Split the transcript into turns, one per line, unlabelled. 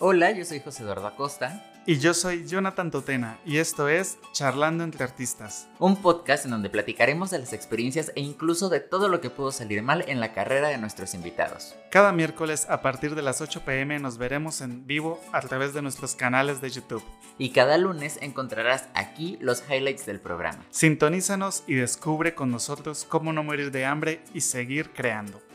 Hola, yo soy José Eduardo Acosta,
Y yo soy Jonathan Totena y esto es Charlando entre Artistas.
un podcast en donde platicaremos de las experiencias e incluso de todo lo que pudo salir mal en la carrera de nuestros invitados.
Cada miércoles a partir de las 8 pm nos veremos en vivo a través de nuestros canales de YouTube.
Y cada lunes encontrarás aquí los highlights del programa.
Sintonízanos y descubre con nosotros cómo no morir de hambre y seguir creando.